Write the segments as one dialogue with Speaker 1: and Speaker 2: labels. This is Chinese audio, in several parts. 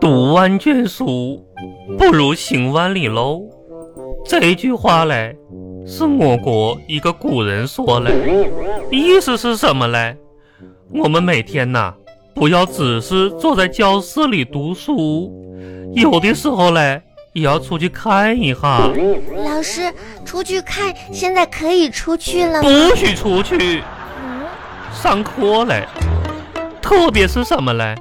Speaker 1: 读万卷书，不如行万里路。这句话嘞，是我国一个古人说嘞，意思是什么嘞？我们每天呐、不要只是坐在教室里读书，有的时候嘞，也要出去看一下。
Speaker 2: 老师，出去看，现在可以出去了吗？
Speaker 1: 不许出去
Speaker 2: 嗯
Speaker 1: 上课嘞，特别是什么嘞？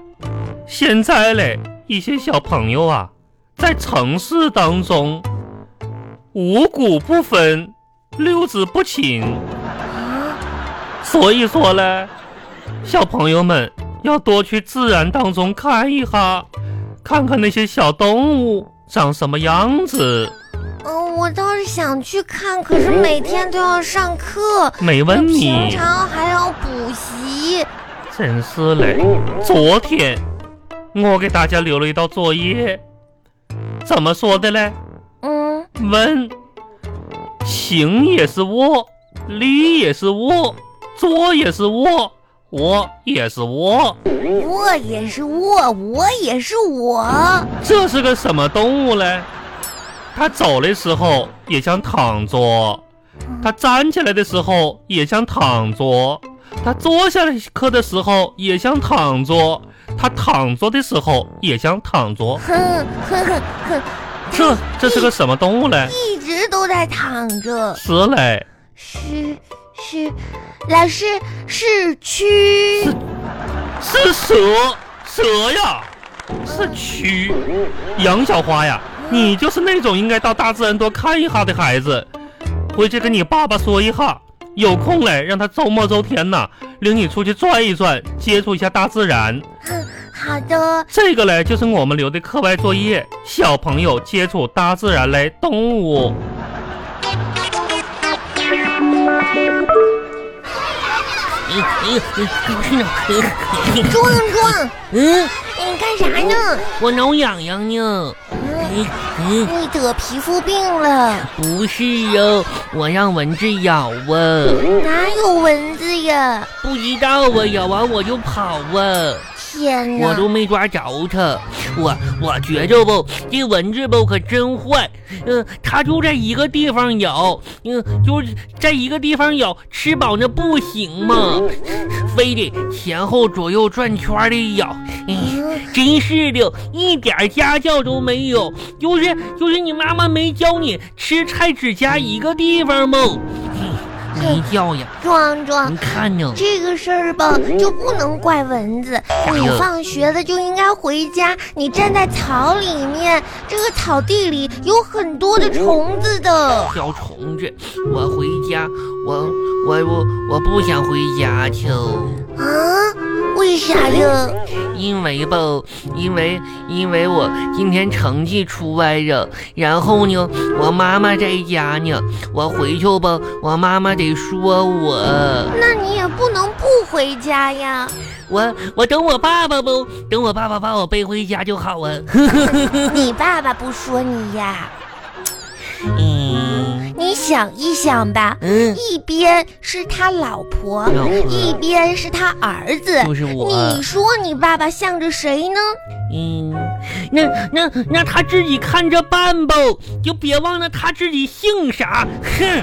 Speaker 1: 现在嘞，一些小朋友啊，在城市当中五谷不分，六子不勤，
Speaker 2: 啊，
Speaker 1: 所以说嘞，小朋友们要多去自然当中看一下，看看那些小动物长什么样子，
Speaker 2: 嗯，我倒是想去看，可是每天都要上课，
Speaker 1: 没
Speaker 2: 又
Speaker 1: 问
Speaker 2: 平
Speaker 1: 你。
Speaker 2: 常还要补习。
Speaker 1: 真是嘞！昨天我给大家留了一道作业，怎么说的嘞？
Speaker 2: 嗯，
Speaker 1: 问，行也是我，立也是我，坐也是我，我也是我。
Speaker 2: 我也是我，我也是我。
Speaker 1: 这是个什么动物嘞？它走的时候也像躺着，它站起来的时候也像躺着，它坐下来磕的时候也像躺着，它躺着的时候也像躺着。
Speaker 2: 哼哼哼哼，
Speaker 1: 这这是个什么动物嘞？
Speaker 2: 一直都在躺着。
Speaker 1: 是嘞，
Speaker 2: 是是，老师是蛆。
Speaker 1: 是蛇，蛇呀，是蛆。杨小花呀，你就是那种应该到大自然多看一下的孩子，回去跟你爸爸说一下，有空嘞，让他周末周天呐，领你出去转一转，接触一下大自然。
Speaker 2: 哼，嗯好的。
Speaker 1: 这个嘞，就是我们留的课外作业，小朋友接触大自然类动物。
Speaker 2: 壮壮，
Speaker 3: 嗯，
Speaker 2: 你干啥呢？
Speaker 3: 我挠痒痒呢。
Speaker 2: 嗯，
Speaker 3: 嗯嗯，
Speaker 2: 你得皮肤病了，
Speaker 3: 不是哟，我让蚊子咬啊，
Speaker 2: 哪有蚊子呀？
Speaker 3: 不知道啊，咬完我就跑啊，
Speaker 2: 天
Speaker 3: 我
Speaker 2: 哪！
Speaker 3: 都没抓着它。我我觉着吧，这蚊子吧可真坏，嗯、它就在一个地方咬，嗯、就是在一个地方咬，吃饱那不行嘛，非得前后左右转圈的咬。嗯
Speaker 2: 嗯，
Speaker 3: 真是的，一点家教都没有，就是就是你妈妈没教你吃菜只夹一个地方吗？嗯没教养，
Speaker 2: 壮壮
Speaker 3: 你，看呢？
Speaker 2: 这个事儿吧，就不能怪蚊子。
Speaker 3: 哎
Speaker 2: 你
Speaker 3: 呀
Speaker 2: 放学了就应该回家，你站在草里面，这个草地里有很多的虫子的。
Speaker 3: 小虫子，我回家，我我我我不想回家去，
Speaker 2: 啊？为啥呀？
Speaker 3: 因为吧，因为因为我今天成绩出来了，然后呢，我妈妈在家呢，我回去吧，我妈妈得说我。
Speaker 2: 那你也不能不回家 呀。
Speaker 3: 我我等我爸爸不，等我爸爸把我背回家就好 啊。
Speaker 2: 你爸爸不说你呀，
Speaker 3: 嗯
Speaker 2: 你想一想吧。
Speaker 3: 嗯，
Speaker 2: 一边是他老婆，
Speaker 3: 老婆
Speaker 2: 一边是他儿子。
Speaker 3: 啊就是我
Speaker 2: 你。说你爸爸向着谁呢？
Speaker 3: 嗯，那那那他自己看着办吧，就别忘了他自己姓啥。 哼，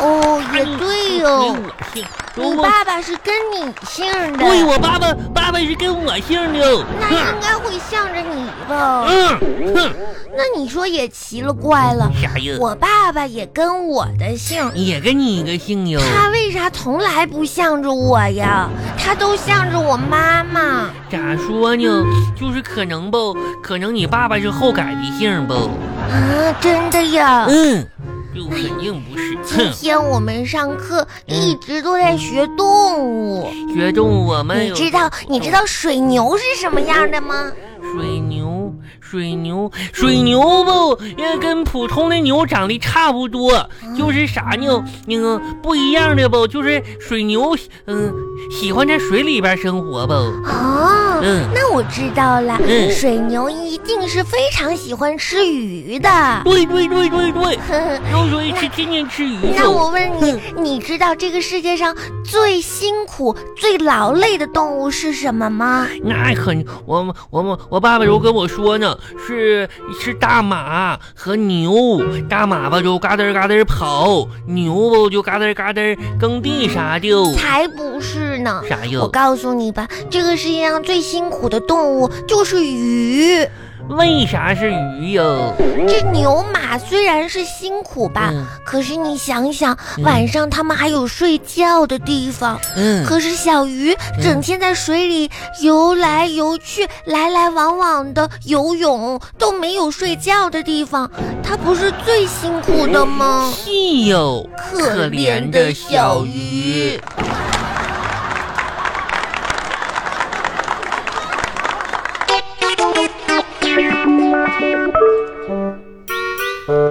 Speaker 2: 哦，也对哦
Speaker 3: 没。我姓，
Speaker 2: 你
Speaker 3: 哎我
Speaker 2: 爸爸是跟你姓的，
Speaker 3: 对我爸爸爸爸是跟我姓的。
Speaker 2: 那应
Speaker 3: 哼，
Speaker 2: 该会向着你吧？
Speaker 3: 嗯哼，
Speaker 2: 那你说也奇了怪了，
Speaker 3: 啥呀？
Speaker 2: 我爸爸也跟我的姓，
Speaker 3: 也跟你一个姓哟。
Speaker 2: 他为啥从来不向着我呀？他都向着我妈妈。
Speaker 3: 咋说呢？就是可能不，可能你爸爸是后改的姓不？
Speaker 2: 啊，真的呀！
Speaker 3: 嗯，就肯定不是。
Speaker 2: 今
Speaker 3: 哼。
Speaker 2: 天我们上课
Speaker 3: 嗯
Speaker 2: 一直都在学动物，
Speaker 3: 决动我们
Speaker 2: 你
Speaker 3: 有
Speaker 2: 知道你知道水牛是什么样的吗？
Speaker 3: 水牛，水牛，水牛不，呃，跟普通的牛长得差不多，
Speaker 2: 嗯
Speaker 3: 就是啥呢？那个不一样的不，就是水牛，嗯、喜欢在水里边生活不？
Speaker 2: 哦，
Speaker 3: 嗯
Speaker 2: 那我知道了，
Speaker 3: 嗯
Speaker 2: 水牛一定是非常喜欢吃鱼 的。
Speaker 3: 对对对对对，
Speaker 2: 呵呵，
Speaker 3: 有水吃，天天吃鱼
Speaker 2: 那我问你
Speaker 3: 嗯，
Speaker 2: 你知道这个世界上最辛苦、最劳累的动物是什么吗？
Speaker 3: 哎那很，我我我我爸爸都跟我说呢，是是大马和牛，大马吧就嘎噔儿嘎噔儿跑，牛吧就嘎噔儿嘎噔儿耕地啥的。
Speaker 2: 才不是呢！
Speaker 3: 啥
Speaker 2: 我
Speaker 3: 哦哟？
Speaker 2: 告诉你吧，这个世界上最辛苦的动物就是鱼。
Speaker 3: 为啥是鱼哟？
Speaker 2: 这牛马虽然是辛苦吧，
Speaker 3: 嗯
Speaker 2: 可是你想想，
Speaker 3: 嗯
Speaker 2: 晚上它们还有睡觉的地方。
Speaker 3: 嗯，
Speaker 2: 可是小鱼整天在水里游来游去，来来往往的游泳，都没有睡觉的地方，它不是最辛苦的吗？
Speaker 3: 屁哟！
Speaker 2: 可怜的小鱼。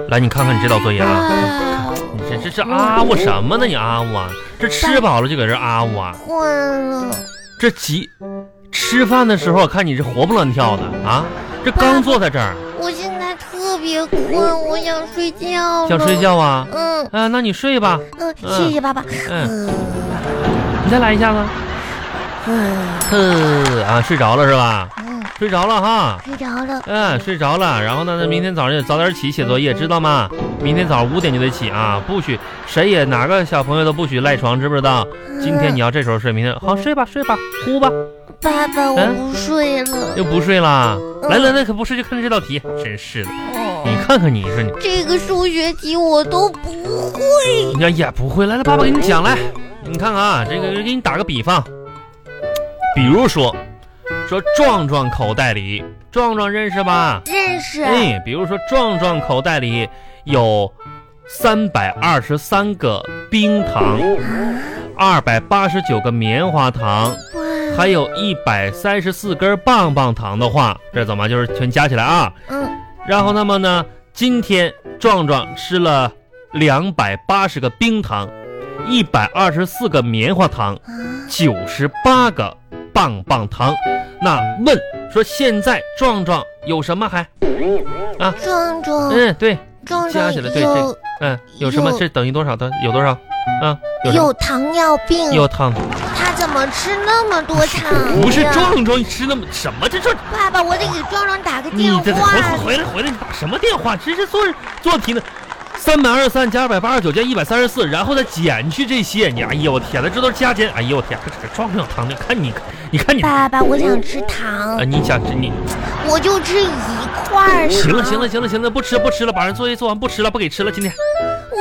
Speaker 1: 来，你看看你这道作业啊！
Speaker 2: 啊，
Speaker 1: 你这这这啊呜什么呢？你啊呜啊！这吃饱了就搁这啊呜啊！
Speaker 2: 困了，
Speaker 1: 这急，吃饭的时候看你是活蹦乱跳的啊！这刚坐在这儿
Speaker 2: 我现在特别困，我想睡觉了。
Speaker 1: 想睡。觉啊？
Speaker 2: 嗯
Speaker 1: 啊，那你睡吧，
Speaker 2: 嗯，
Speaker 1: 嗯
Speaker 2: 谢谢爸爸。
Speaker 1: 嗯，
Speaker 2: 嗯
Speaker 1: 你再来一下子。
Speaker 2: 嗯
Speaker 1: 呵啊，睡着了是吧？
Speaker 2: 嗯，
Speaker 1: 睡着了哈。
Speaker 2: 睡着了。
Speaker 1: 嗯，睡着了，然后呢？那明天早上也早点起写作业，知道吗？明天早上五点就得起啊，不许谁也哪个小朋友都不许赖床，知不知道？今天你要这时候睡，明天好睡吧，睡吧，呼吧，
Speaker 2: 爸爸，我
Speaker 1: 嗯
Speaker 2: 不睡了。
Speaker 1: 又不睡啦？来来来，可不睡就看这道题，真是的，
Speaker 2: 哦
Speaker 1: 你看看你说你，
Speaker 2: 这个数学题我都不会。
Speaker 1: 你看也不会。来来，爸爸给你讲来，你看看啊，这个给你打个比方，比如说，说壮壮口袋里，壮壮认识吧？
Speaker 2: 认识，
Speaker 1: 哎，比如说壮壮口袋里有三百二十三个冰糖，二百八十九个棉花糖，
Speaker 2: 哇，
Speaker 1: 还有一百三十四根棒棒糖的话，这怎么就是全加起来啊？
Speaker 2: 嗯，
Speaker 1: 然后那么呢，今天壮壮吃了两百八十个冰糖，一百二十四个棉花糖，
Speaker 2: 啊
Speaker 1: 九十八个棒棒糖。那问说现在壮壮有什么还？
Speaker 2: 壮壮，
Speaker 1: 嗯，对，
Speaker 2: 壮
Speaker 1: 加
Speaker 2: 壮
Speaker 1: 起来对
Speaker 2: 有
Speaker 1: 嗯，有什么？
Speaker 2: 有
Speaker 1: 这等于多少的？有多少？啊，有什么
Speaker 2: 有糖尿病，
Speaker 1: 有糖，
Speaker 2: 他怎么吃那么多糖呀？
Speaker 1: 不是壮壮吃那么什么？这这
Speaker 2: 爸爸，我得给壮壮打个
Speaker 1: 你
Speaker 2: 电
Speaker 1: 这回回
Speaker 2: 话。
Speaker 1: 回来回来，你打什么电话？这是做做题呢。三百二十三加二百八十九加一百三十四，然后再减去这些，你哎呀我天呐，这都是加减，哎呀我天，这壮壮糖尿，看你你看你啊，
Speaker 2: 爸爸，我想吃糖，
Speaker 1: 你想你
Speaker 2: 我就吃一块儿。
Speaker 1: 行了行了，行了行了，不吃不吃了，把人作业做完不吃了，不给吃了，今天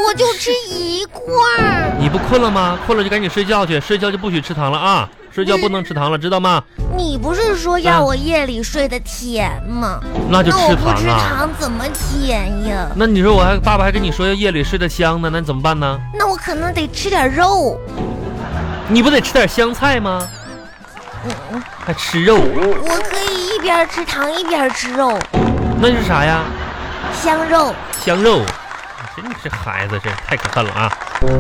Speaker 2: 我就吃一块儿。
Speaker 1: 你不困了吗？困了就赶紧睡觉去，睡觉就不许吃糖了啊，睡觉不能吃糖了，知道吗？
Speaker 2: 你不是说要我夜里睡得甜吗？
Speaker 1: 那就
Speaker 2: 那我
Speaker 1: 吃
Speaker 2: 不
Speaker 1: 糖
Speaker 2: 吃
Speaker 1: 啊。
Speaker 2: 糖怎么甜呀？
Speaker 1: 那你说我还爸爸还跟你说夜里睡得香呢，那你怎么办呢？
Speaker 2: 那我可能得吃点肉。
Speaker 1: 你不得吃点香菜吗？
Speaker 2: 嗯
Speaker 1: 还吃肉，啊
Speaker 2: 我可以一边吃糖一边吃肉，
Speaker 1: 那是啥呀？
Speaker 2: 香肉。
Speaker 1: 香肉。真是孩子，这太可恨了啊！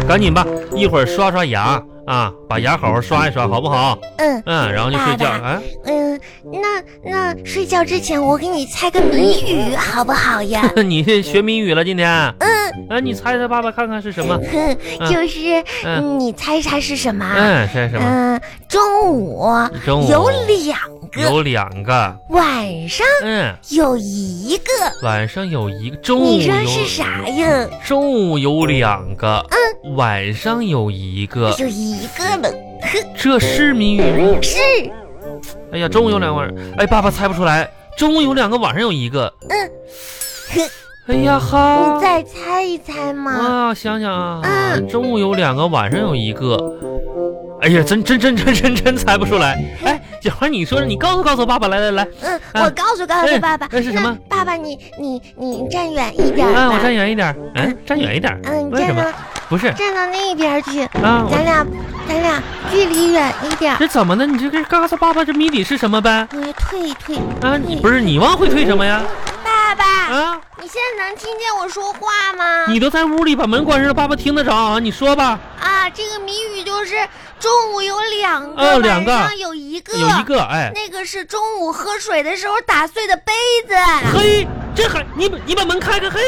Speaker 1: 赶紧吧，一会儿刷刷牙啊，把牙好好刷一刷，好不好？
Speaker 2: 嗯
Speaker 1: 嗯，然后就睡觉
Speaker 2: 爸爸
Speaker 1: 啊。
Speaker 2: 嗯，那那睡觉之前我给你猜个谜语好不好呀？
Speaker 1: 哎 你是学谜语了今天？嗯。啊，你猜猜爸爸看看是什么？
Speaker 2: 哼，就是、
Speaker 1: 嗯
Speaker 2: 你猜猜是什么啊？
Speaker 1: 嗯，猜什么？
Speaker 2: 嗯，中午
Speaker 1: 中午
Speaker 2: 有两个，
Speaker 1: 有两个。
Speaker 2: 晚上
Speaker 1: 嗯，
Speaker 2: 有一个，
Speaker 1: 晚上有一个，中午
Speaker 2: 你说
Speaker 1: 有
Speaker 2: 是啥呀？嗯
Speaker 1: 中午有两个，晚上有一个，
Speaker 2: 有一个了，
Speaker 1: 这是谜语吗？
Speaker 2: 是
Speaker 1: 哎呀，中午有两个晚上，哎，爸爸猜不出来，中午有两个，晚上有一个。
Speaker 2: 嗯哼，
Speaker 1: 哎呀哈
Speaker 2: 你，再猜一猜嘛？
Speaker 1: 啊，想想啊，
Speaker 2: 嗯
Speaker 1: 中午有两个，晚上有一个。哎呀，真真真真真真猜不出来。哎，小花，你说你告诉告诉爸爸，来来来，
Speaker 2: 嗯，
Speaker 1: 啊
Speaker 2: 我告诉告诉
Speaker 1: 嗯
Speaker 2: 爸爸，
Speaker 1: 那是什么？
Speaker 2: 爸爸你，你你站远一点
Speaker 1: 哎，
Speaker 2: 吧。
Speaker 1: 我站远一点，嗯，站远一点，
Speaker 2: 嗯，
Speaker 1: 为什
Speaker 2: 站
Speaker 1: 么？
Speaker 2: 到
Speaker 1: 不是
Speaker 2: 站到那边去，
Speaker 1: 啊，我
Speaker 2: 咱俩咱俩距离远一点儿，
Speaker 1: 这怎么的？你这个告诉爸爸这谜底是什么呗？
Speaker 2: 我退一退。
Speaker 1: 啊，你不是你往回退什么呀？
Speaker 2: 爸爸，
Speaker 1: 啊，
Speaker 2: 你现在能听见我说话吗？
Speaker 1: 你都在屋里把门关上了，爸爸听得着啊？你说吧，
Speaker 2: 啊，这个谜语就是中午有两个，
Speaker 1: 哦两个
Speaker 2: 晚上有一个，
Speaker 1: 有一个哎，
Speaker 2: 那个 是中午喝水的时候打碎的杯子。
Speaker 1: 嘿，这还你把你把门开开，嘿，